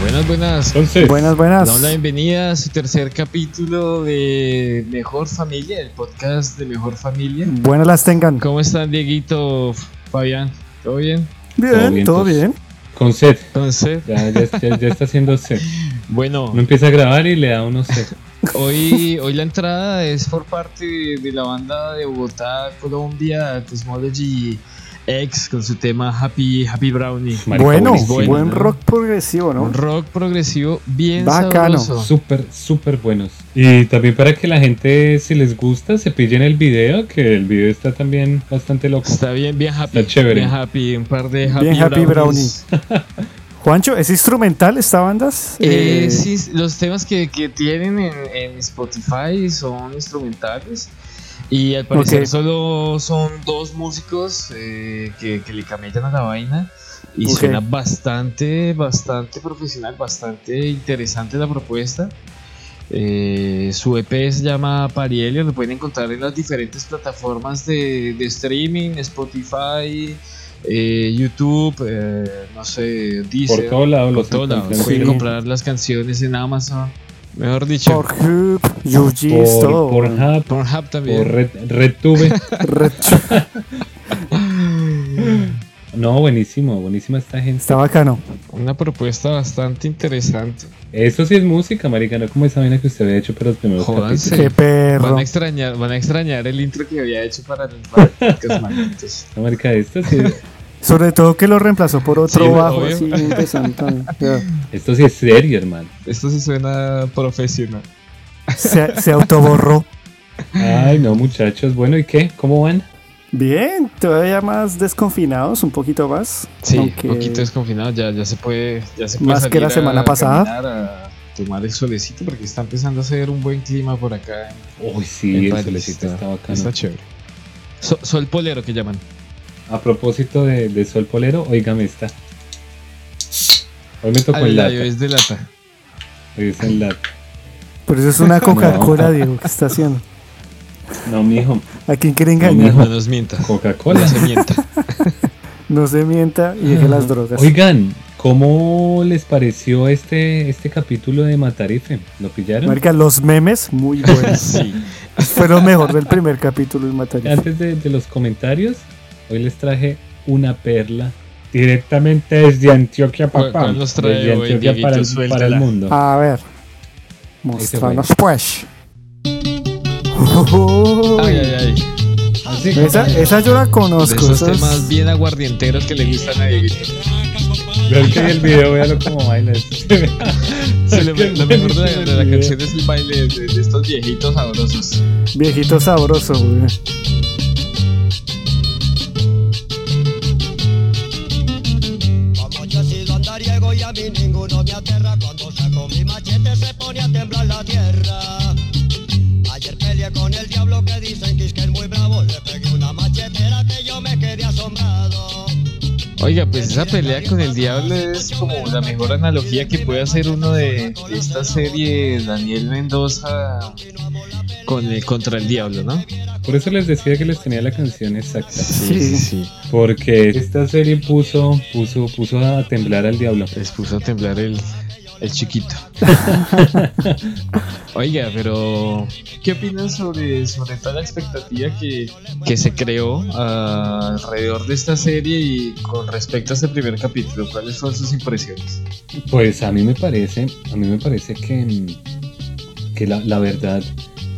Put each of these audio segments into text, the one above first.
Buenas, buenas. Entonces, Buenas, Le buenas. damos la bienvenida a su tercer capítulo de Mejor Familia, el podcast de Mejor Familia. Buenas las tengan. ¿Cómo están, Dieguito, Fabián? ¿Todo bien? Bien, todo entonces. bien. con sed. Entonces, Ya, ya, ya- ya está haciendo sed. bueno, Uno empieza a grabar y le da uno sed. hoy, hoy la entrada es por parte de, de la banda de Bogotá, Colombia, Cosmology X, con su tema Happy, Happy Brownie. Marica, bueno, buenísimo. bueno, buen ¿no? rock progresivo, ¿no? Un rock progresivo bien Bacano. sabroso. Súper, súper buenos. Y también para que la gente, si les gusta, se pillen el video, que el video está también bastante loco. Está bien, bien happy. Está chévere. Bien happy, un par de happy Bien happy brownies. Juancho, ¿es instrumental esta banda? Eh, Eh, sí, los temas que, que tienen en, en Spotify son instrumentales y al parecer Ok. solo son dos músicos eh, que, que le camellan a la vaina y Ok. suena bastante, bastante profesional, bastante interesante la propuesta. Eh, su EP se llama Parielio, lo pueden encontrar en las diferentes plataformas de, de streaming, Spotify, eh, YouTube, eh, no sé, Por Deezer. todo lado, Por los todo lado. encuentran. Pueden sí. comprar las canciones en Amazon. Mejor dicho, Por Hub, UGs, todo. Por, por Hub, Pornhub también. por Red- RedTube. Re- No, buenísimo, buenísima esta gente. Está bacano. Una propuesta bastante interesante. Eso sí es música, marica, no como esa vaina que usted había hecho para los primeros Jodanse. capítulos. Qué Van perro. a extrañar, van a extrañar el intro que había hecho para el, para el podcast, manitos. No, marica, esto sí, Sobre todo que lo reemplazó por otro Sí, bajo. obvio. Así, bien pesante. Ya. esto sí es serio, hermano. Esto sí suena profesional. se, se autoborró. Ay, no, muchachos. Bueno, ¿y qué? ¿Cómo van? Bien, todavía más desconfinados, un poquito más. Sí, Aunque- un poquito desconfinado, ya, ya se puede, ya se puede Más que salir la a semana pasada. caminar, A tomar el solecito porque está empezando a hacer un buen clima por acá. en- Uy, sí, en el París, solecito está Está bacano. chévere. So- sol polero que llaman. A propósito de, de Sol Polero, oígame esta. Hoy me tocó Al el lata. es de lata. Hoy es en lata. Pero eso es una Coca-Cola, Diego, que está haciendo? No, mijo, ¿A quién quiere No, engañar? mijo. No nos mienta. No Coca-Cola. se mienta. No se mienta y deje las drogas. Oigan, ¿cómo les pareció este, este capítulo de Matarife? ¿Lo ¿Eh? pillaron? Marica, los memes muy buenos. Sí. Fue lo mejor del primer capítulo del material. Antes de, de los comentarios, hoy les traje una perla directamente desde Antioquia, ¿Cuál- papá. cuál nos trae desde hoy, Antioquia Dieguito? Ah, para, el, para el Suéltala. mundo. A ver. Este güey. Mostranos pues. Ay, ay, ay. Así Esa, esa yo la De conozco. esos esa es- temas bien aguardienteros que le gustan a Dieguito. Vean que el video, véalo como baila. este. Sí, lo, Qué lo mejor de, buenísimo de la el video. canción es el baile de, de estos viejitos sabrosos. Viejito sabroso, güey. Como yo sigo andariego y a mí ninguno me aterra Cuando saco mi machete se pone a temblar la tierra Ayer peleé con el diablo que dicen que es que es muy bravo Le pegué una machetera que yo me quedé asombrado Oiga, pues esa pelea con el diablo es como la mejor analogía que puede hacer uno de esta serie Daniel Mendoza con el, contra el diablo, ¿no? Por eso les decía que les tenía la canción exacta. Sí. sí. Porque esta serie puso, puso, puso a temblar al diablo. Les puso a temblar el, el chiquito. Oiga, pero ¿qué opinan sobre, sobre toda la expectativa que, que se creó ah, alrededor de esta serie y con respecto a este primer capítulo? ¿Cuáles son sus impresiones? Pues a mí me parece, a mí me parece que, mm, que la, la verdad,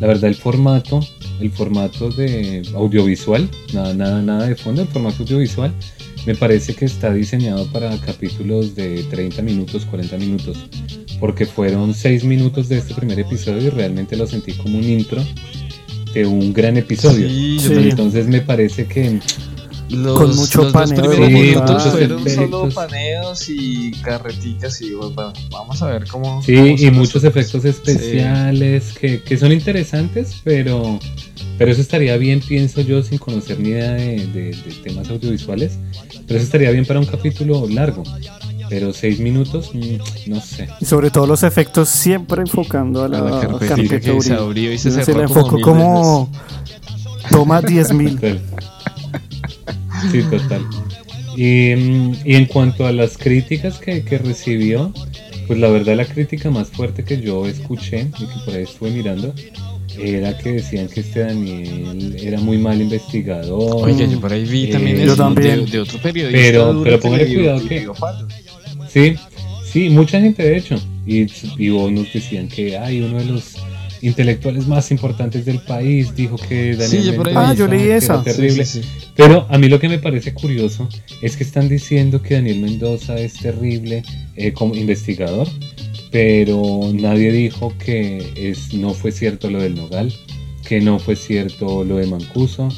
la verdad el formato, el formato de audiovisual, nada, nada, nada de fondo, el formato audiovisual, me parece que está diseñado para capítulos de 30 minutos, 40 minutos, porque fueron 6 minutos de este primer episodio y realmente lo sentí como un intro de un gran episodio. Sí, yo Sí. también. Entonces me parece que Los, Con mucho los paneo dos de primeros Sí, minutos muchos fueron solo efectos. paneos y carreticas y bueno, vamos a ver cómo... Sí, cómo y son los muchos otros. efectos especiales que, que son interesantes, pero, pero eso estaría bien, pienso yo, sin conocer ni idea de, de- de temas audiovisuales. Pero eso estaría bien para un capítulo largo. Pero seis minutos, mm, no sé. Y sobre todo los efectos siempre enfocando a A la, la carpetita que carpeta se Uribe. abrió y se Se, cerró la como enfocó mil como... Toma 10.000. Total. Sí, total. Y, mm, y en cuanto a las críticas que, que recibió, Pues la verdad la crítica más fuerte que yo escuché y que por ahí estuve mirando era que decían que este Daniel era muy mal investigador. Oiga, yo por ahí vi Eh, también yo eso de- Mm. también. De, otro periodista. Pero- duro pero que póngale le dio- cuidado le que- dio palo. Sí, sí, mucha gente de hecho. Y, y vos nos decían que hay uno de los intelectuales más importantes del país dijo que Daniel Sí, yo por ahí Mendoza vi. Ah, yo leí que era esa. terrible. Sí, sí, sí. Pero a mí lo que me parece curioso es que están diciendo que Daniel Mendoza es terrible eh, como investigador, pero nadie dijo que es, no fue cierto lo del Nogal, que no fue cierto lo de Mancuso,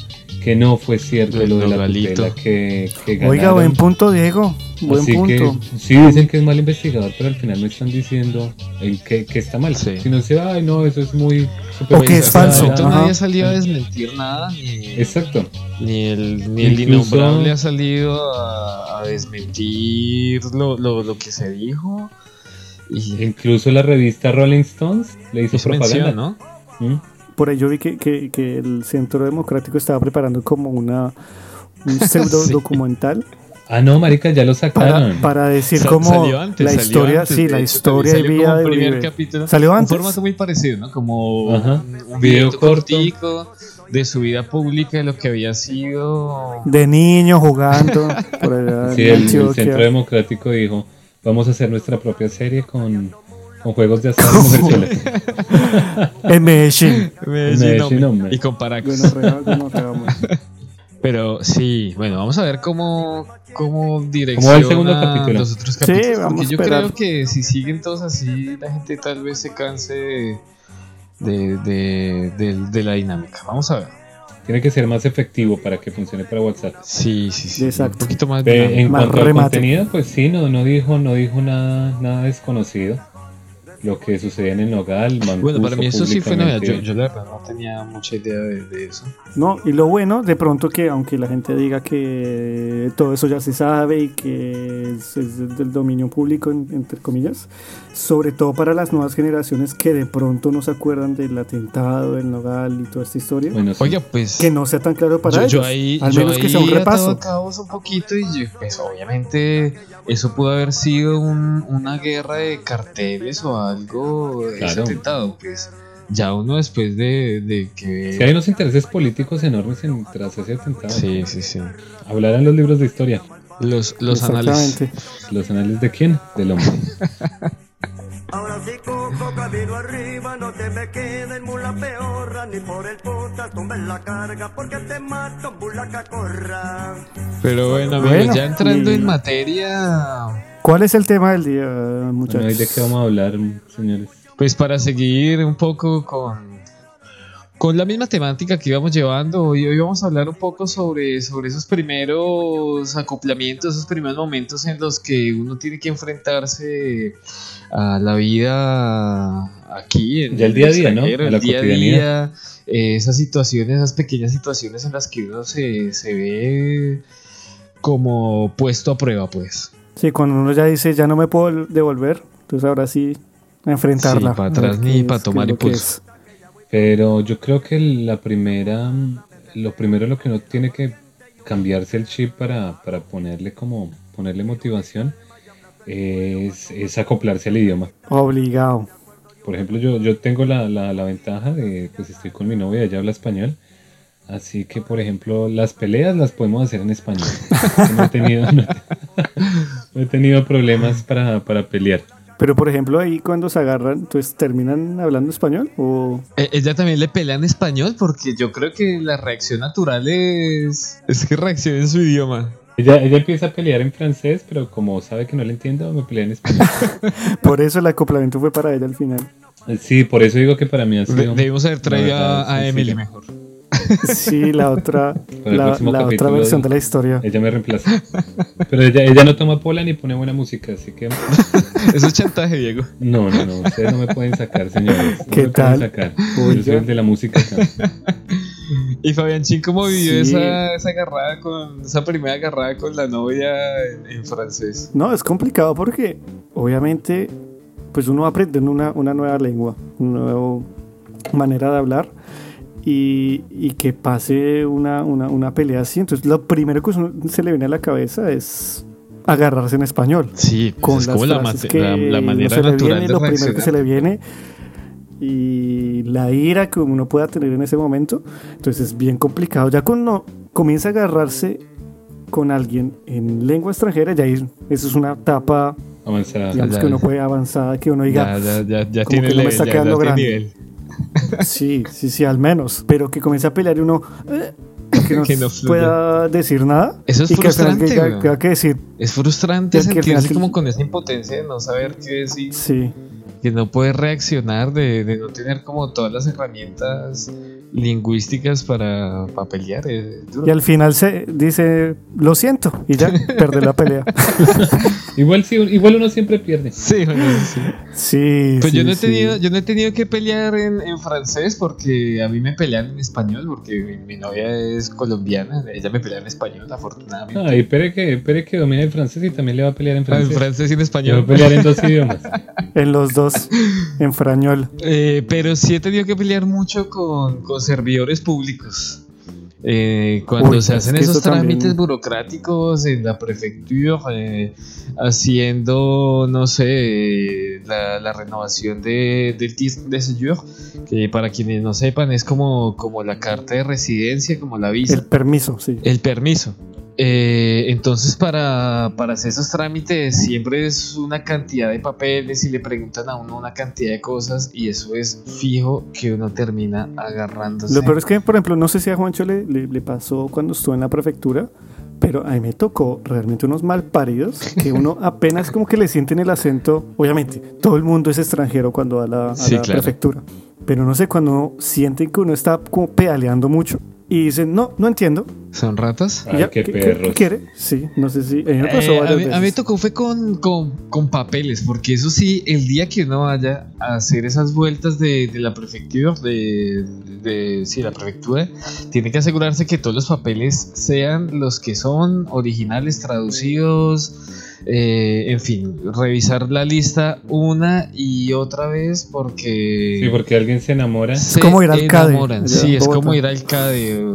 que no fue cierto Del lo de la Nogalito. tutela que, que Oiga, ganaron. buen punto, Diego. Buen Así punto. que sí dicen que es mal investigador, pero al final no están diciendo en qué, qué está mal. Sí. Sino que, ay, no, eso es muy... O que es falso. Ahorita Ajá. nadie ha salido a desmentir nada, ni, Exacto. ni el, ni el Incluso- innombrable ha salido a, a desmentir lo, lo, lo que se dijo. Y Incluso la revista Rolling Stones le hizo hizo propaganda. mención, ¿no? ¿Mm? Por ahí yo vi que, que- que el Centro Democrático estaba preparando como una un pseudo Sí. Ah, documental Ah, no, marica, ya lo sacaron. para, para decir Sa- como salió antes, la salió historia, antes, sí, de la hecho, historia y también salió vida como de un primer Uribe. capítulo. Salió Un antes. formato muy parecido, ¿no? Como Ajá. un video Video corto. cortico de su vida pública, de lo que había sido. De niños jugando por allá Sí, en el, el Antioquia. Centro Democrático dijo, vamos a hacer nuestra propia serie con, con juegos de azar y mujerzuelas". En Medellín. Medellín, hombre. hombre. Y con Paracos. Gonorrea, gonorrea, hombre. Pero sí, bueno, vamos a ver cómo, cómo direcciona ¿Cómo va el segundo capítulo? los otros capítulos. Sí, vamos porque a yo esperar. creo que si siguen todos así, la gente tal vez se canse de, de, de- de- de la dinámica. Vamos a ver. Tiene que ser más efectivo para que funcione para WhatsApp. Sí, sí, sí. Exacto. Un poquito más Pe- dinámico. en Más cuanto al remate. contenido, pues sí, no, no dijo, no dijo nada, nada desconocido. Lo que sucedía en el Nogal, Mancuso, Bueno, para mí eso sí fue novedad. públicamente. Yo, yo la verdad no tenía mucha idea de, de eso. No, y lo bueno, de pronto que aunque la gente diga que todo eso ya se sabe y que es, es del dominio público, en- entre comillas, sobre todo para las nuevas generaciones que de pronto no se acuerdan del atentado, del nogal y toda esta historia, Bueno, sí. Oiga, pues. que no sea tan claro para yo, yo ellos, ahí, al yo menos que sea ahí un atado repaso. cabos un poquito y yo- pues obviamente eso pudo haber sido un- una guerra de carteles o algo de ese Claro. atentado, pues ya uno después de, de que... Sí, hay unos intereses políticos enormes en, tras ese atentado. Sí, sí, sí. Hablarán los libros de historia. Los, los anales. Exactamente. ¿Los anales de quién? Del hombre. Ahora sí, Cuco, camino arriba, no te me queden mula peorra, ni por el puta tumbes la carga, porque te mato, bulaca corra. Pero bueno, amigos, Bueno, ya entrando y- en materia, ¿Cuál es el tema del día, muchachos? Bueno, ¿y de qué vamos a hablar, señores? pues para seguir un poco con... Con la misma temática que íbamos llevando, hoy, hoy vamos a hablar un poco sobre, sobre esos primeros acoplamientos, esos primeros momentos en los que uno tiene que enfrentarse a la vida aquí, en Ya el día a día, ¿no? extranjero, A el la día a cotidianidad. día, eh, esas situaciones, esas pequeñas situaciones en las que uno se, se ve como puesto a prueba, pues. Sí, cuando uno ya dice, ya no me puedo devolver, entonces ahora sí, a enfrentarla. Sí, para a ver atrás qué ni es, para qué es tomar lo que impulso. es. Pero yo creo que la primera, mm, lo primero lo que uno tiene que cambiarse el chip para, para ponerle como, ponerle motivación es, es acoplarse al idioma. Obligado. Por ejemplo, yo, yo tengo la, la, la ventaja de, pues estoy con mi novia, ella habla español. Así que, por ejemplo, las peleas las podemos hacer en español. No he tenido, no he- no he tenido problemas para, para pelear. Pero por ejemplo, ahí cuando se agarran, entonces terminan hablando español o Eh, Ella también le pelea en español porque yo creo que la reacción natural es, es que reaccione en su idioma. Ella, ella empieza a pelear en francés, pero como sabe que no le entiendo, me pelea en español. por eso el acoplamiento fue para ella al final. Sí, por eso digo que para mí ha De- sido. debimos haber traído la verdad, a, a sí, sí, Emily la- mejor. Sí, la otra el la, próximo la otra capítulo versión de- de la historia. Ella me reemplaza. Pero ella, ella no toma pola ni pone buena música, así que. Eso es chantaje, Diego. No, no, no. Ustedes no me pueden sacar, señores. No ¿Qué me tal? pueden sacar. Oiga. Yo soy el de la música acá. Y Fabián Chin, ¿cómo vivió Sí. esa, esa agarrada con esa primera agarrada con la novia en, en francés? No, es complicado porque obviamente pues uno va aprendiendo una, una nueva lengua, una nueva manera de hablar y, y que pase una, una, una pelea así. Entonces lo primero que uno se le viene a la cabeza es agarrarse en español. Sí, pues Con es las como la, frases mate- que la- la uno manera se le natural viene, de lo primero que se reaccionar. le viene y la ira que uno pueda tener en ese momento. Entonces es bien complicado. Ya cuando comienza a agarrarse con alguien en lengua extranjera, ya ahí- eso es una etapa, Avanzada. Ya, digamos, ya, que uno ya. puede avanzada, que uno Ya, diga, ya, ya, ya como tiene que no me level, está ya- quedando ya tiene grande. nivel. Sí, sí, sí, al menos. Pero que comience a pelear y uno eh, que no, Que no fluya. pueda decir nada. Eso es y que al final frustrante, tenga- weón. tenga que decir, Es frustrante Ya que al final sentirse sí- como con esa impotencia de no saber qué decir, sí, que no puedes reaccionar, de, de no tener como todas las herramientas lingüísticas para, para pelear. es duro. Y al final se dice, lo siento, y ya, perder la pelea. Igual, sí, igual uno siempre pierde. Sí, bueno, sí. Sí. Pues sí, yo no he sí. tenido, yo no he tenido que pelear en, en francés porque a mí me pelean en español, porque mi, mi novia es colombiana, ella me pelea en español, afortunadamente. Ah, y Pere que, Pere que domina el francés y también le va a pelear en Ah, en francés. francés y en Le va a español. pelear en dos idiomas. En los dos, en frañol. Eh, pero sí he tenido que pelear mucho con, con servidores públicos. Eh, cuando Uy, se es hacen que esos eso también- trámites burocráticos en la prefectura, eh, haciendo, no sé, la, la renovación de, del titre de séjour, que para quienes no sepan es como, como la carta de residencia, como la visa. El permiso, sí. El permiso. Eh, entonces, para, para hacer esos trámites siempre es una cantidad de papeles y le preguntan a uno una cantidad de cosas y eso es fijo que uno termina agarrándose. Lo peor es que, por ejemplo, no sé si a Juancho le, le- le pasó cuando estuvo en la prefectura, pero a mí me tocó realmente unos malparidos que uno apenas como que le sienten el acento. Obviamente, todo el mundo es extranjero cuando va a la, a Sí, la claro. prefectura, pero no sé, cuando uno sienten que uno está como pedaleando mucho y dicen, no, no entiendo. ¿Son ratas? y Ay, ya, qué ¿qué- qué- perros. qué quiere? Sí, no sé si. A mí me pasó Eh, a, varias mí, a mí veces. tocó fue con, con- con papeles, porque eso sí, el día que uno vaya a hacer esas vueltas de, de la prefectura, de, de- sí, la prefectura, tiene que asegurarse que todos los papeles sean los que son, originales, traducidos, eh, en fin, revisar la lista una y otra vez porque... Sí, porque alguien se enamora. Se como ir al CADE, enamoran. allá Sí, en es como Bogotá. ir al CADE.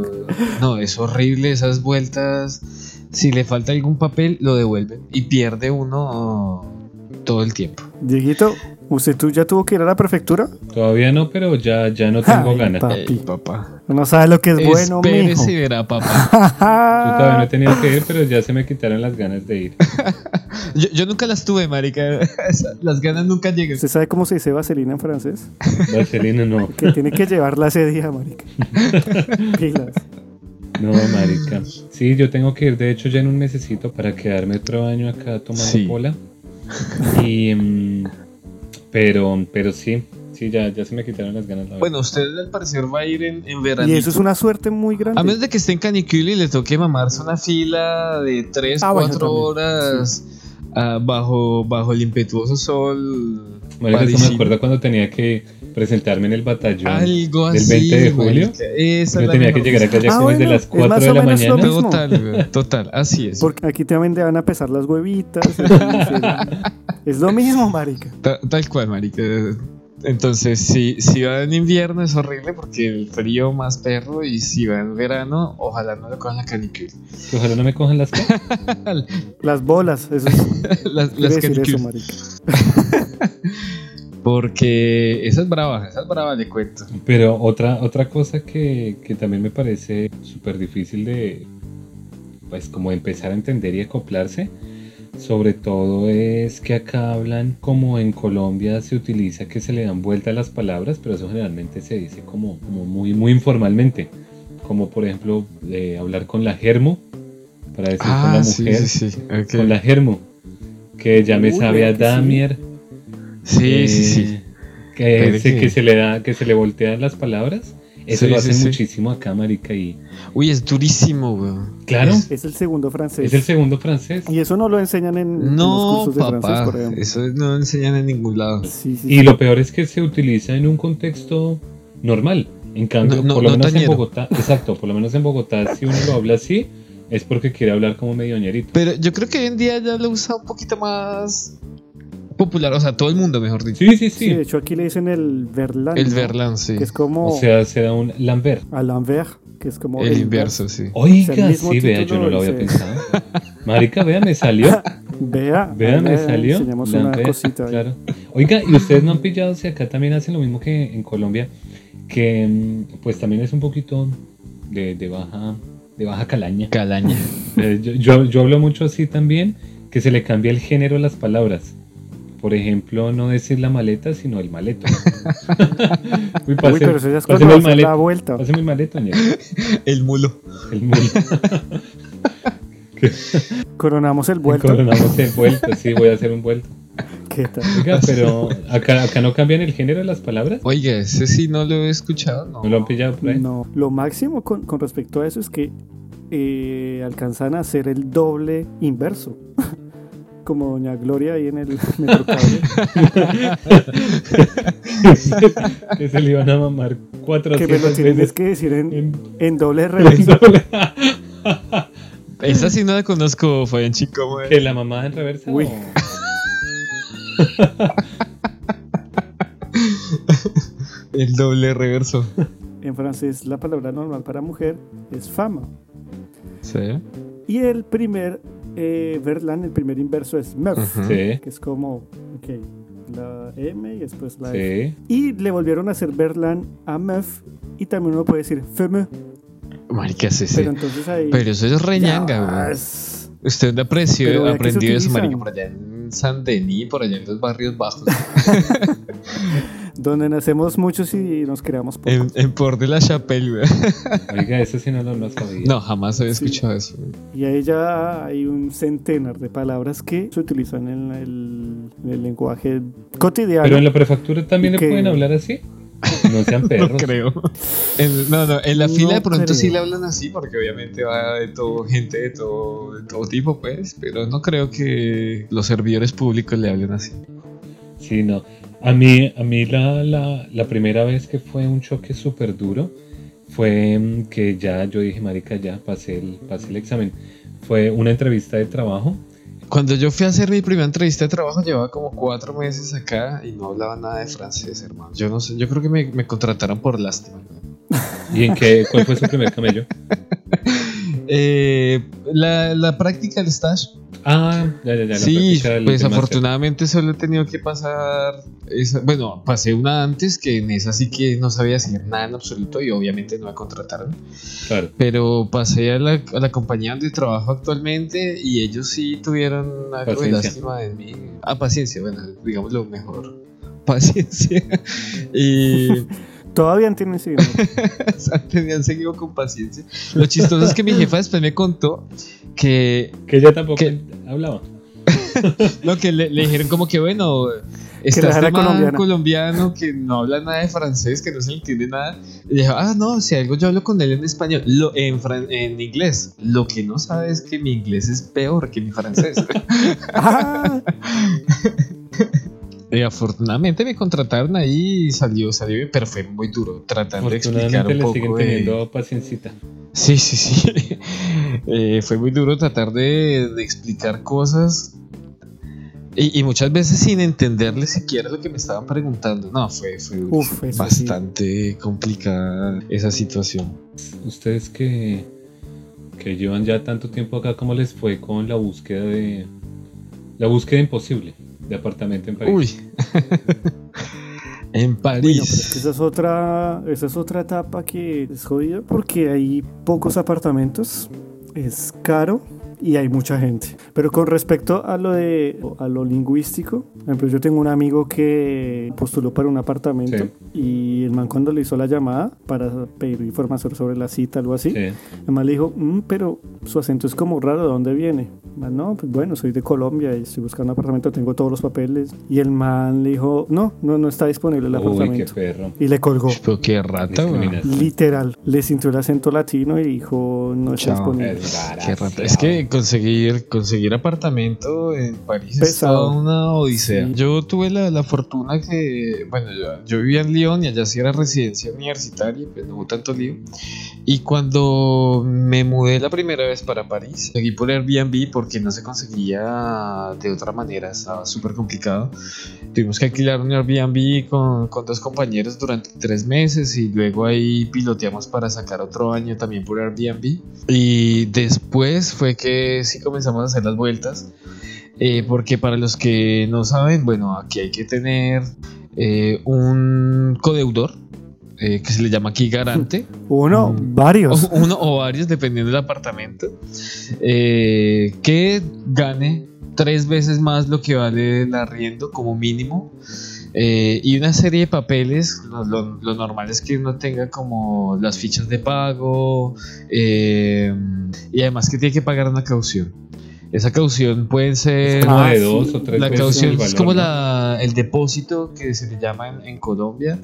No, es horrible esas vueltas. Si le falta algún papel, lo devuelven y pierde uno todo el tiempo. Dieguito, ¿usted tú ya tuvo que ir a la prefectura? Todavía no, pero ya, ya no tengo Ay, ganas. pa- Yo Papi. Ey, papá. No sabe lo que es bueno, Espere mijo. Eh, si verá, papá. todavía no he tenido que ir, pero ya se me quitaron las ganas de ir. Yo, yo nunca las tuve, marica. Las ganas nunca llegan. ¿Usted sabe cómo se dice vaselina en francés? Vaselina no. Que tiene que llevarla ese día, marica. Pilas. No, marica. Sí, yo tengo que ir, de hecho, ya en un mesecito para quedarme otro año acá tomando Sí. cola. Y, mm, pero, pero sí, sí, ya, ya se me quitaron las ganas. la verdad. Bueno, usted al parecer va a ir en, en verano. Y eso es una suerte muy grande. A menos de que esté en canicula y le toque mamarse una fila de 3, Ah, bueno, 4 también, horas ah, bajo, bajo el impetuoso sol. Marica, eso me parisino. acuerdo cuando tenía que presentarme en el batallón. Algo del así. 20 de julio. marica. Ah, Esa es Yo la tenía que mejor llegar acá ya Ah, como desde bueno, las es 4 más de o la menos lo mañana. mismo. Total, güey, total, así es. Porque aquí también te van a pesar las huevitas. entonces, es lo mismo, marica. Ta- tal cual, marica. Entonces, si, si va en invierno es horrible porque el frío más perro y si va en verano, ojalá no lo cojan la canicula. Que ojalá no me cojan las caras. Las bolas, eso es. las quiere las decir eso, caniculas. marica. Porque esa es brava, esa es brava, le cuento. Pero otra, otra cosa que, que también me parece súper difícil de, pues como empezar a entender y acoplarse, sobre todo es que acá hablan como en Colombia se utiliza que se le dan vuelta las palabras, pero eso generalmente se dice como, como muy, muy informalmente, como por ejemplo eh, hablar con la germo, para decir con la Ah, sí, mujer, sí, sí. ok. con la germo, que ya me Uy, sabe a vea que sí. Damier. Sí, sí, sí. Eh, Que, Pero se, que- que se le da, que se le voltean las palabras. Eso Sí, lo sí, hacen sí. muchísimo acá, marica. Y Uy, es durísimo, weón. claro, es, Es el segundo francés. el segundo francés. Y eso no lo enseñan en, en No, los cursos de francés, papá. por ejemplo. Eso no enseñan en ningún lado. Sí, sí, Y sí. lo peor es que se utiliza en un contexto normal. En cambio, No, no, por lo no menos tañero. en Bogotá, exacto, por lo menos en Bogotá, si uno lo habla así, es porque quiere hablar como medioñerito. Pero yo creo que hoy en día ya lo usa un poquito más popular, o sea, todo el mundo, mejor dicho. Sí, sí, Sí, de sí. hecho aquí le dicen el verlan. El ¿no? Verlan, sí. Que es como O sea, se da un Lambert. a l'envers, que es como El inverso, sí. Oiga, mismo sí, vea, título yo no lo había dice- pensado. Marica, vea, me salió. Vea, Vean, ahí me le salió. Enseñamos Vean, una vean, cosita. ahí. claro. Oiga, ¿y ustedes no han pillado si acá también hacen lo mismo que en Colombia? Que mm, pues también es un poquito de, de baja de baja calaña. Calaña. Eh, yo, yo, yo hablo mucho así también, que se le cambia el género a las palabras. Por ejemplo, no decir la maleta, sino el maleto. Uy, Uy, pase- pero eso ya es páseme cuando el haces la maleto. vuelta. Páseme el maleto, ñero. El mulo. El mulo. Coronamos el vuelto. Coronamos el vuelto, sí, voy a hacer un vuelto. ¿Qué tal? Oiga, pero acá, acá no cambian el género de las palabras. Oiga, ese sí no lo he escuchado. No. ¿No lo han pillado por ahí? No, lo máximo con, con respecto a eso es que eh, alcanzan a hacer el doble inverso. Como Doña Gloria ahí en el Metrocable. que se le iban a mamar que me lo 400 tienes veces. que decir en, en- en doble en revés. sola. Esa sí no la conozco, Fabián Chico. güey. ¿Que la mamada en reversa? Uy. o- El doble reverso. En francés, la palabra normal para mujer es fama. Sí. Y el primer eh, Verlan, el primer inverso es meuf, Ujú. Sí, que es como, ok, la M y después la F. sí. Y le volvieron a hacer Verlan a meuf y también uno puede decir femme, Marica, sí, sí. pero Pero, entonces ahí... eso es reñanga, Ya, güey. es- Usted Pero apreció, ¿a qué se aprendió eso, utilizan? marica, por allá en San Denis, por allá en los barrios bajos. Donde nacemos muchos y nos creamos pocos. en, en Port de la Chapelle, güey. Oiga, eso sí no lo no sabía. No, jamás había Sí. escuchado eso. güey. Y ahí ya hay un centenar de palabras que se utilizan en el, en el lenguaje cotidiano. Pero en la prefectura también ¿Y le qué? pueden hablar así. No sean No perros. creo. En, no, no, en la No fila de pronto sí creo. le hablan así, porque obviamente va de todo, gente de todo, de todo tipo, pues. Pero no creo que los servidores públicos le hablen así. Sí, no. A mí, a mí la, la, la primera vez que fue un choque súper duro fue mm, que ya yo dije, marica, ya pasé el, pasé el examen. Fue una entrevista de trabajo. Cuando yo fui a hacer mi primera entrevista de trabajo, llevaba como cuatro meses acá y no hablaba nada de francés, hermano. Yo no sé, yo creo que me, me contrataron por lástima. ¿Y en qué? ¿Cuál fue su primer camello? Eh, la, la práctica del stage. Ah, ya, ya, ya. la sí, práctica del- pues del máster. afortunadamente solo he tenido que pasar. Esa, bueno, pasé una antes que en esa sí que no sabía hacer nada en absoluto y obviamente no me contrataron. Claro. Pero pasé a la, a la compañía donde trabajo actualmente y ellos sí tuvieron algo de Paciencia. lástima de mí. Ah, paciencia, bueno, digamos lo mejor. Paciencia. y Todavía no tienen signo. o sea, tenían seguido con paciencia. Lo chistoso es que mi jefa después me contó que Que ella tampoco ¿Qué? hablaba. Lo que le, le dijeron como que bueno, estás dejara este man colombiana. colombiano que no habla nada de francés, que no se le entiende nada. Y dijo, ah, no, si algo yo hablo con él en español, lo, en, fran- en inglés. Lo que no sabe es que mi inglés es peor que mi francés. Ah, y afortunadamente me contrataron ahí y salió, salió bien, pero fue muy duro tratando de explicar Afortunadamente un le siguen poco de- teniendo paciencita. Sí, sí, sí. Eh, fue muy duro tratar de, de explicar cosas y, y muchas veces sin entenderle siquiera lo que me estaban preguntando. No, fue, fue Uf, eso sí. bastante complicada esa situación. Ustedes que, que llevan ya tanto tiempo acá, ¿cómo les fue con la búsqueda de. La búsqueda imposible de apartamento en París? Uy. en bueno, pero es París. que esa es otra, esa es otra etapa que es jodida porque hay pocos apartamentos, es caro y hay mucha gente. Pero con respecto a lo de a lo lingüístico, por ejemplo, yo tengo un amigo que postuló para un apartamento Sí. y el man cuando le hizo la llamada para pedir información sobre la cita, algo así, Sí. Además le dijo, "Mm, pero su acento es como raro, ¿de dónde viene? Man, no, pues bueno, soy de Colombia y estoy buscando un apartamento, tengo todos los papeles. Y el man le dijo, no, no, no está disponible el Uy, qué apartamento. perro. Y le colgó. Pero qué rata, weón. Discriminación. Literal, le sintió el acento latino y dijo, no está Chao. disponible. Qué Es, rata. Es que conseguir, conseguir apartamento en París Pesado. es toda una odisea. Sí. Yo tuve la, la fortuna que, bueno, yo, yo vivía en Lyon y allá sí era residencia universitaria, pues no hubo tanto lío. Y cuando me mudé la primera vez para París, seguí por Airbnb porque no se conseguía de otra manera, estaba súper complicado. Tuvimos que alquilar un Airbnb con, con dos compañeros durante tres meses y luego ahí piloteamos para sacar otro año también por Airbnb. Y después fue que que sí comenzamos a hacer las vueltas. Eh, porque para los que no saben, bueno, aquí hay que tener eh, un codeudor, eh, que se le llama aquí garante. Uno, Mm. varios. O- uno o varios, dependiendo del apartamento, eh, que gane tres veces más lo que vale el arriendo como mínimo. eh, y una serie de papeles, lo, lo- lo normal es que uno tenga como las fichas de pago eh, y además que tiene que pagar una caución. Esa caución puede ser... Como Ah, de sí. dos o tres Eh, La veces caución el es valor, como ¿no? la, el depósito que se le llama en, en Colombia.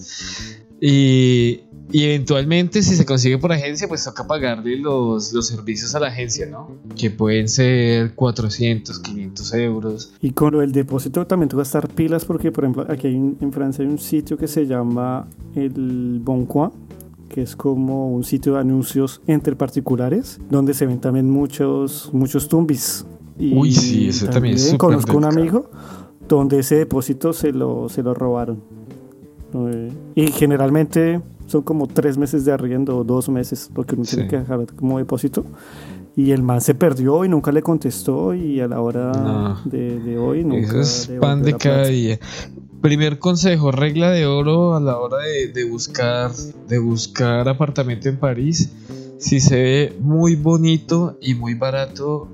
Y, y eventualmente, si se consigue por agencia, pues toca pagarle los, los servicios a la agencia, ¿no? Que pueden ser 400, 500 euros. Y con lo del depósito también toca estar pilas porque, por ejemplo, aquí hay un- en Francia hay un sitio que se llama el Bon Coin, que es como un sitio de anuncios entre particulares, donde se ven también muchos, muchos tumbis. Y Uy, sí, eso también es súper Conozco un delicado. amigo donde ese depósito se lo, se lo robaron. Eh, y generalmente son como tres meses de arriendo o dos meses, lo que uno tiene Sí. que dejar como depósito. Y el man se perdió y nunca le contestó y a la hora No. de, de hoy nunca Eso es le volvió pan de la cada plata. día. Primer consejo, regla de oro a la hora de, de buscar, de buscar apartamento en París. Si se ve muy bonito y muy barato,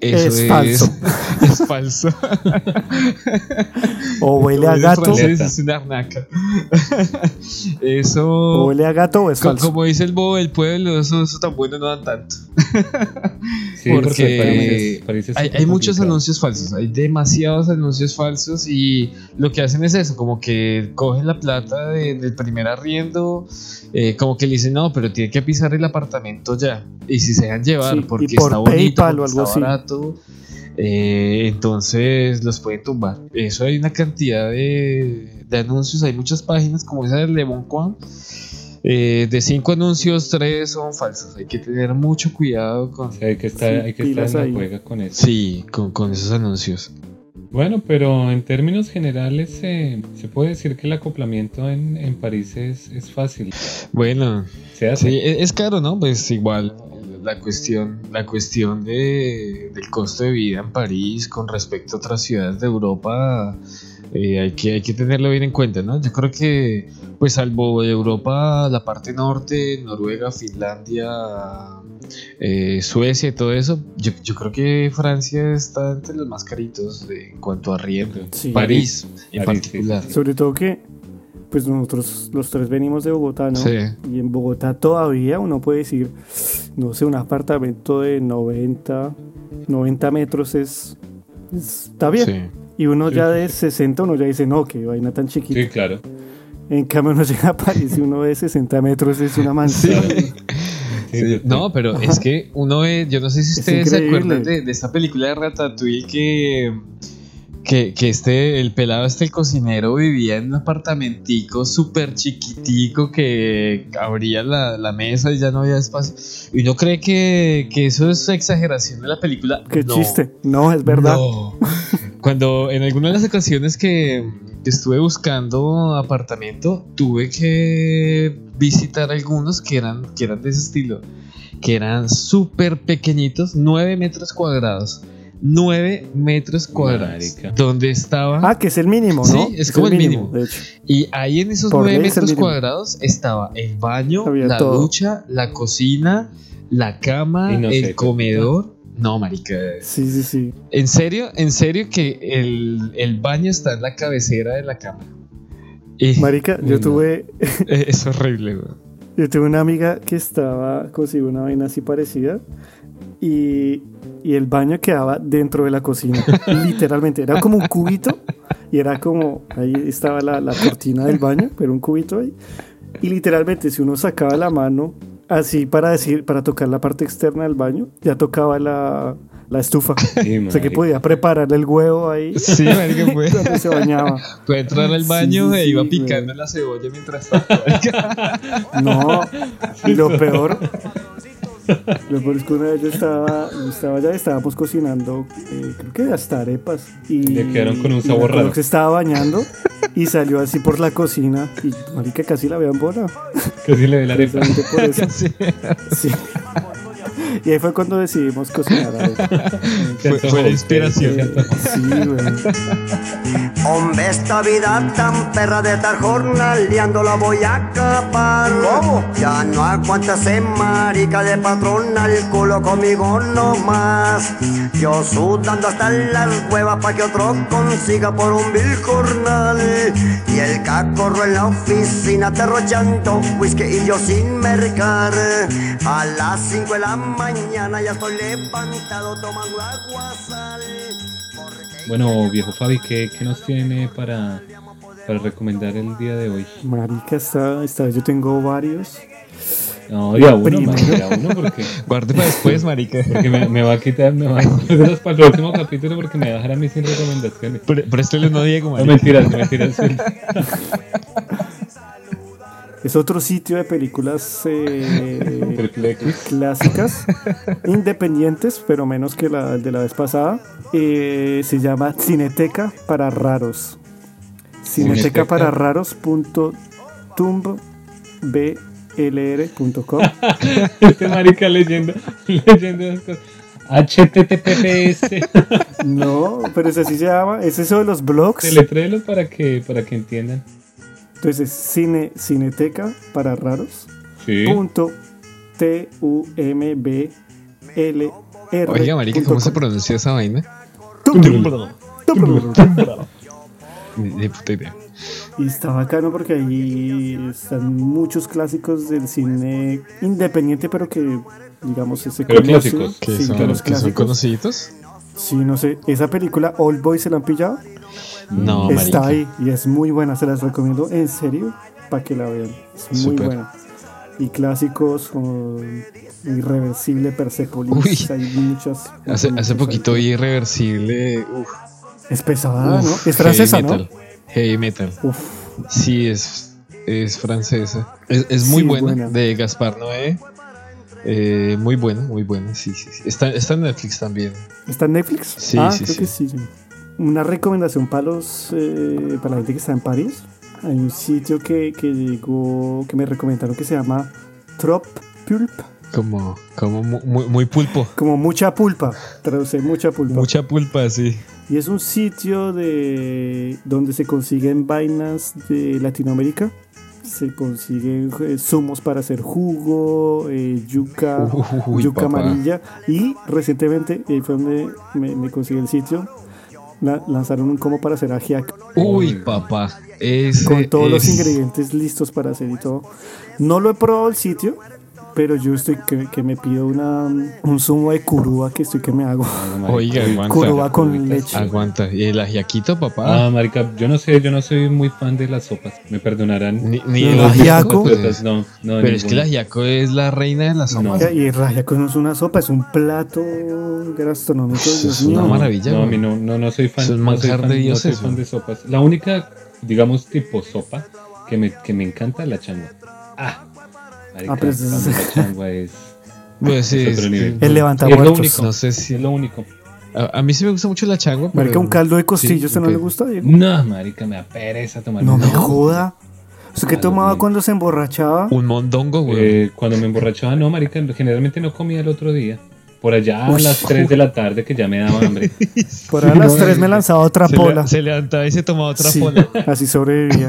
eso Es falso. Es falso. O huele a Como dicen gato, los franceses, Es una arnaca. o eso. huele a gato o es co- falso. Como dice el bobo del pueblo, eso, eso tan bueno no dan tanto. Sí, porque, porque París es- París es Hay, súper hay muchos complicado. anuncios falsos, hay demasiados anuncios falsos y lo que hacen es eso, como que cogen la plata de- del primer arriendo, eh, como que le dicen, no, pero tiene que pisar el apartamento ya. Y si se dejan llevar Sí, y porque por está bonito, PayPal o porque algo está así. barato, eh, entonces los pueden tumbar. Eso hay una cantidad de, de anuncios, hay muchas páginas como esa del Lemon Quan. eh, de cinco anuncios, tres son falsos. Hay que tener mucho cuidado con, O sea, hay que estar, Sí, hay que estar pilas en la ahí. juega con eso. Sí, con, con esos anuncios. Bueno, pero en términos generales eh, se puede decir que el acoplamiento en, en París es, es fácil. Bueno, Se hace. sí, e- es, caro, ¿no? Pues igual la cuestión, la cuestión de, del costo de vida en París con respecto a otras ciudades de Europa, eh, hay, que, hay que tenerlo bien en cuenta, ¿no? Yo creo que, pues salvo de Europa, la parte norte, Noruega, Finlandia, eh, Suecia y todo eso, yo, yo creo que Francia está entre los más caritos de- en cuanto a riesgo. Sí. París, en París, sí, particular. sí, sí. Sobre todo que pues nosotros los tres venimos de Bogotá, ¿no? Sí. Y en Bogotá todavía uno puede decir, no sé, un apartamento de 90, 90 metros es, es- está bien. sí. Y uno Sí, ya sí, de 60, uno ya dice, no, qué vaina tan chiquita. Sí, claro. En cambio uno llega a París y uno ve 60 metros es una Sí. mansión. Sí, Sí, sí, sí. No, pero es que uno ve, yo no sé si Es ustedes se increíble. acuerdan de, de esta película de Ratatouille que, que, que este, el pelado este, el cocinero, vivía en un apartamentico súper chiquitico que abría la, la mesa y ya no había espacio. Y uno cree que, que eso es exageración de la película. Qué No. chiste. No, es verdad. No. Cuando en alguna de las ocasiones que que estuve buscando apartamento, tuve que visitar algunos que eran, que eran de ese estilo, que eran súper pequeñitos, 9 metros cuadrados. 9 metros cuadrados. Marica. Donde estaba. Ah, que es el mínimo, Sí, ¿no? es como el mínimo. De hecho. Y ahí en esos Por 9 ley es el metros mínimo. cuadrados estaba el baño, Había la todo. ducha, la cocina, la cama, Y no el sé, comedor. No, marica, Sí, sí, sí. en serio, en serio que el, el baño está en la cabecera de la cama. Y- Marica, Uy, no. yo tuve Eh, es horrible, güey. Yo tuve una amiga que estaba, consiguió una vaina así parecida y, y el baño quedaba dentro de la cocina, literalmente. Era como un cubito y era como, ahí estaba la, la cortina del baño, pero un cubito ahí. Y literalmente, si uno sacaba la mano así para decir, para tocar la parte externa del baño, ya tocaba la, la estufa. Sí, O sea que marica. podía prepararle el huevo ahí Sí, marica, fue, cuando se bañaba. fue entrar al Sí, baño sí, e iba sí, picando la cebolla mientras tanto. No, y lo peor. Lo peor es que una vez yo estaba, yo estaba allá, estábamos cocinando, eh, creo que hasta arepas. Y Le quedaron con un y sabor me acuerdo raro. que se estaba bañando y salió asasí por la cocina. Y marica, casi la vean bola. Casi le ve la arepa. Precisamente por eso. Sí. Sí. Y ahí fue cuando decidimos cocinar. algo. Eh, Fue- fue la inspiración. Sí, güey. Hombre, esta vida tan perra de estar jornaleando la voy a acabar. ¿Cómo? Ya no aguanta ese marica de patrona, el culo conmigo no más. Yo sudando hasta las huevas para que otro consiga por un vil jornal. Y el cacorro en la oficina derrochando whisky y yo sin mercar. A las 5 de la mañana ya estoy levantado tomando aguasal. Porque- Bueno, viejo Fabi, ¿qué, qué nos tiene para, para recomendar el día de hoy? Marica, esta, esta vez yo tengo varios. No, ya uno, Primero. marica, ya uno, porque, Guarde para después, marica. porque me, me va a quitar, me va a quitar los para el próximo capítulo porque me va a dejar a mí sin recomendaciones. Pre- Préstele uno a Diego, No, marica. mentiras, mentiras. sí. Es otro sitio de películas eh, Triple X. clásicas, independientes, pero menos que la de la vez pasada. Eh, se llama Cineteca para Raros. Cineteca Cineteca. para raros.tumblr.com. Este marica leyendo, leyendo esas cosas. HTTPS. No, pero es así se llama. Es eso de los blogs. Teletrelo para que, para que entiendan. Entonces, cine, Cineteca para Raros. Sí. punto t u m b l r Oiga, marica, ¿cómo se pronuncia esa vaina? Ni puta idea. y está bacano porque ahí están muchos clásicos del cine independiente pero que digamos ese Pero clásicos, ¿Qué sí, son, que los que son clásicos conociditos? sí no sé esa película All Boy se la han pillado No, Mm, está marica. ahí y es muy buena se las recomiendo en serio para que la vean es muy Súper. buena y clásicos como Irreversible Uy. Persepolis hay muchas Hace, hace muchas poquito ahí. oí irreversible. Uf, Es pesada, Ah, ¿no? uf, Es francesa, heavy ¿no? metal, Heavy metal. Uf, Sí, es, es francesa. Es, es muy Sí, buena, buena. de Gaspar Noé. Eh, muy buena, muy buena. Sí, sí, sí. Está, está en Netflix también. ¿Está en Netflix? Sí, ah, sí, creo sí. que sí. Una recomendación para los eh, para la gente que está en París. Hay un sitio que, que llegó, que me recomendaron que se llama Trop Pulp, Como, como mu- muy, muy pulpo. como mucha pulpa, traduce mucha pulpa. Mucha pulpa, sí. Y es un sitio de donde se consiguen vainas de Latinoamérica. Se consiguen eh, zumos para hacer jugo, eh, yuca, Uy, yuca papá. amarilla. Y recientemente, eh, fue donde me, me conseguí el sitio, la- lanzaron un como para hacer ajiaco Uy, papá. Ese con todos los es- ingredientes listos para hacer y todo. No lo he probado el sitio, pero yo estoy que, que me pido una, un zumo de curúa que estoy que me hago. Oiga, aguanta. Curúa con leche. Aguanta. ¿Y el ajiaquito, papá? Ah, marica, yo no sé, yo no soy muy fan de las sopas. Me perdonarán. Ni, ni ¿El los ajiaco? pulpos, Pero pues, no, no, Pero es que el ninguna. ajiaco es la reina de las sopas. No. Y el ajiaco no es una sopa, es un plato gastronómico. Eso Dios es una mío. maravilla. No, a güey. mí no, no, no soy fan. Es un no soy manjar fan- de dioses, No soy fan güey. de sopas. La única, digamos, tipo sopa que me, que me encanta es la changua. Ah, marica, Ah, pero es- cuando la changua es, Pues sí, es otro es- nivel. El levanta Es lo muertos. único. No sé Sí, si. es lo único. A, a mí sí me gusta mucho la changua. Pero Marica, un caldo de costillo, Sí, ¿usted no ok. le gusta, Diego? No, marica, me da pereza tomar. No me joda. ¿Usted qué Ah, tomaba Dios mío. cuando se emborrachaba? Un mondongo, güey. Eh, cuando me emborrachaba, no, marica, generalmente no comía el otro día. Por allá a Uy, las 3 de la tarde que ya me daba hambre. Por ahí a las tres me lanzaba otra eh, se, pola. le- se levantaba y se tomaba otra Sí, pola. así sobrevivía.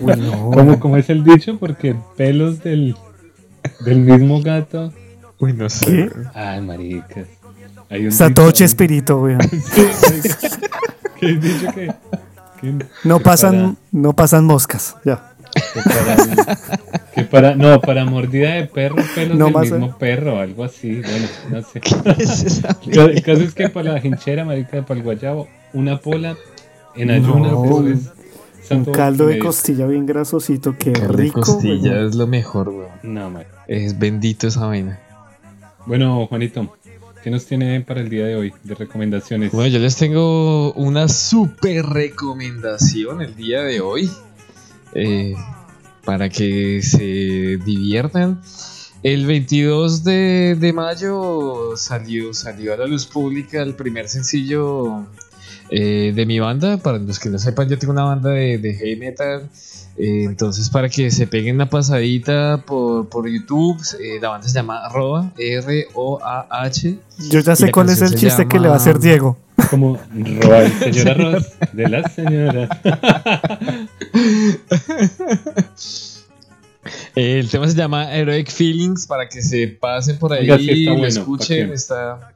Uy, no. Como, como es el dicho, porque pelos del, del mismo gato. Uy, no sé. ¿Qué? Ay, marica. Hay un Está dicho- todo chespirito, weón. que hay dicho que, que- No que pasan, no pasan moscas. Ya. Para, que, para, que para- No, para mordida de perro, pelos No del más, mismo perro, algo así. Bueno, no sé. Es esa El ca- el caso es que para la hinchera, marica, para el guayabo, una pola en ayunas. No, eso es Un santo caldo de remedio. costilla bien grasosito, qué Carne rico. costilla weón. es lo mejor, güey. No, marica. Es bendito esa vaina. Bueno, Juanito, ¿qué nos tiene para el día de hoy de recomendaciones? Bueno, yo les tengo una super recomendación el día de hoy. eh, para que se diviertan. El 22 de, de mayo salió, salió a la luz pública el primer sencillo Eh, de mi banda, para los que no sepan, yo tengo una banda de, de heavy metal. eh, entonces, para que se peguen una pasadita por, por YouTube, eh, la banda se llama Roa, R-O-A-H. Yo ya sé la cuál es el canción se chiste que le va a hacer llama- Diego. Como Roy, señora Ross, de la señora. Eh, el tema se llama Heroic Feelings, para que se pasen por ahí Oiga, sí, está y lo bueno, escuchen. ¿pa' Está...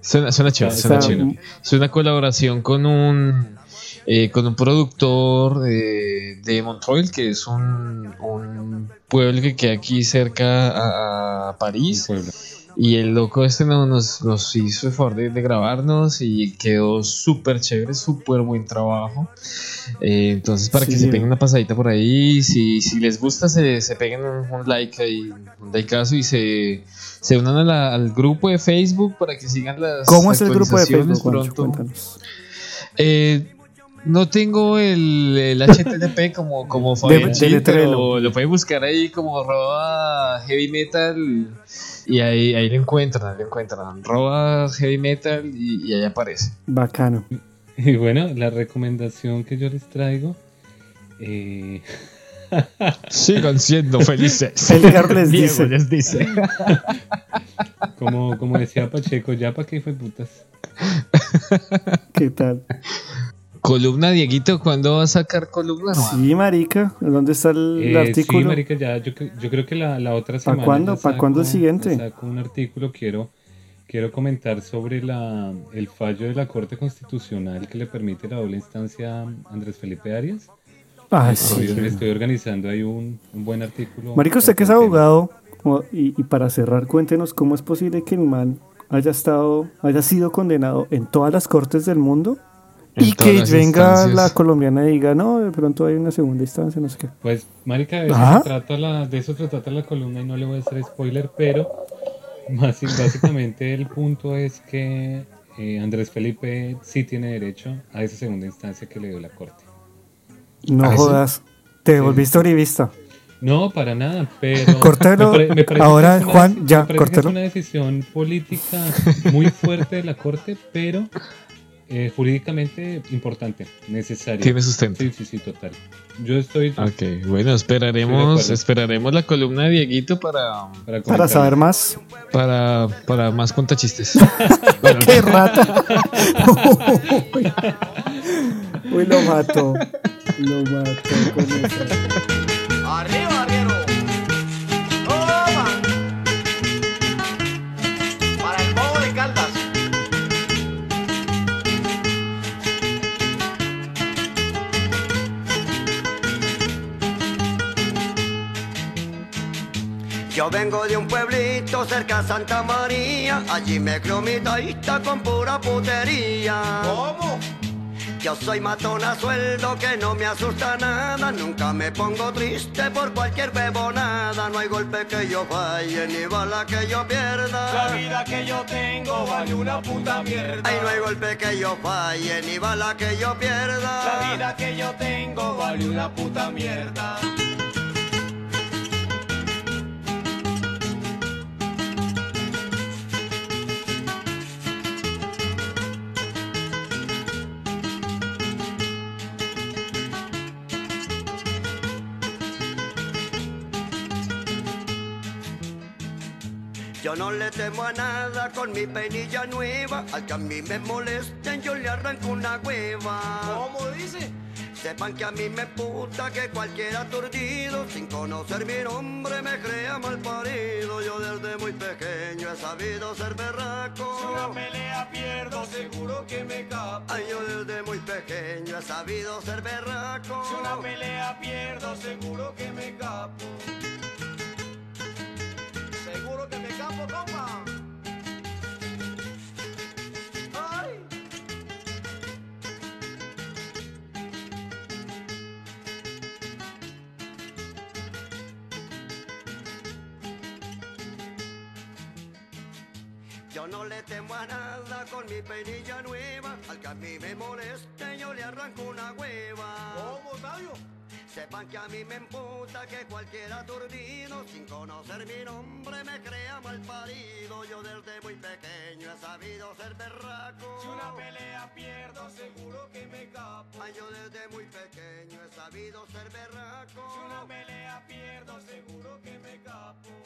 Suena, suena chévere, Está- suena está- chévere. Es una colaboración con un eh, con un productor eh, de Montreuil, que es un, un pueblo que queda aquí cerca a, a París. Y el loco este no- nos, nos hizo el favor de, de grabarnos y quedó súper chévere, súper buen trabajo. Eh, entonces, para que Sí. se peguen una pasadita por ahí, si, si les gusta, se, se peguen un, un like ahí, un likeazo y se, se unan a la- al grupo de Facebook para que sigan las. ¿Cómo es el grupo de actualizaciones Facebook, Juancho? pronto. Cuéntanos. Eh, no tengo el, el HTTP como, como Fabián de Gil, letrero. pero lo pueden buscar ahí como roba heavy metal y ahí, ahí lo encuentran, ahí lo encuentran. Roba heavy metal y, y ahí aparece. Bacano. Y bueno, la recomendación que yo les traigo. eh, Sigan siendo felices. Edgar les dice. les dice. como, como decía Pacheco, ya para qué fue putas. ¿Qué tal? Columna, Dieguito, ¿cuándo va a sacar columna? hermano? Sí, marica. ¿Dónde está el Eh, artículo? Sí, marica, ya, yo, cre- yo creo que la, la otra semana. cuándo? ya ¿Pa' cuándo el saco- siguiente? ya Saco un artículo, quiero, quiero comentar sobre la, el fallo de la Corte Constitucional que le permite la doble instancia a Andrés Felipe Arias. Ay, Estoy, Ah, sí. estoy organizando ahí un, un buen artículo. Marica, usted que es sobre el abogado, o- y, y para cerrar, cuéntenos cómo es posible que el man haya estado, haya sido condenado en todas las cortes del mundo En y todas que las venga instancias. la colombiana y diga, no, de pronto hay una segunda instancia, no sé qué. Pues, marica, de eso, Ajá. se trata la, de eso se trata la columna y no le voy a hacer spoiler, pero basi- básicamente el punto es que eh, Andrés Felipe sí tiene derecho a esa segunda instancia que le dio la corte. No Ah, ¿sí? jodas, te volviste orivista. No, para nada, pero... Córtelo. me pare- me parece Ahora, que es una Juan, deci- ya, me parece que córtelo. Es una decisión política muy fuerte de la corte, pero eh, jurídicamente importante, necesaria. Tiene sustento. Sí, sí, sí, total. Yo estoy... Ok, bueno, Estoy de esperaremos, acuerdo. esperaremos la columna de Dieguito para, Para comentarlo. saber más. para, para más contachistes. ¡Qué rata! Uy, lo mato. Lo mato con eso. Arriba, guerrero. Toma. Para el bobo de Caldas. Yo vengo de un pueblito cerca a Santa María, allí me crió mi taita con pura putería. Yo soy matón a sueldo que no me asusta nada, nunca me pongo triste por cualquier bebonada, no hay golpe que yo falle ni bala que yo pierda. La vida que yo tengo vale una puta mierda. Ay, no hay golpe que yo falle ni bala que yo pierda. La vida que yo tengo vale una puta mierda. Yo no le temo a nada con mi peinilla nueva. Al que a mí me molesten, yo le arranco una hueva. ¿Cómo dice? Sepan que a mí me puta que cualquier aturdido, sin conocer mi nombre, me crea mal parido. Yo desde muy pequeño he sabido ser berraco. Si una pelea pierdo, seguro que me capo. Ay, yo desde muy pequeño he sabido ser berraco. Si una pelea pierdo, seguro que me capo. Seguro que me capo, compa. Ay. Yo no le temo a nada con mi peinilla nueva. Al que a mí me moleste, yo le arranco una hueva. ¿Cómo, Sepan que a mí me emputa que cualquier aturdido, sin conocer mi nombre, me crea mal parido. Yo desde muy pequeño he sabido ser berraco. Si una pelea pierdo, seguro alma yo desde muy pequeño he sabido ser berraco. Si una pelea pierdo, seguro que me capo.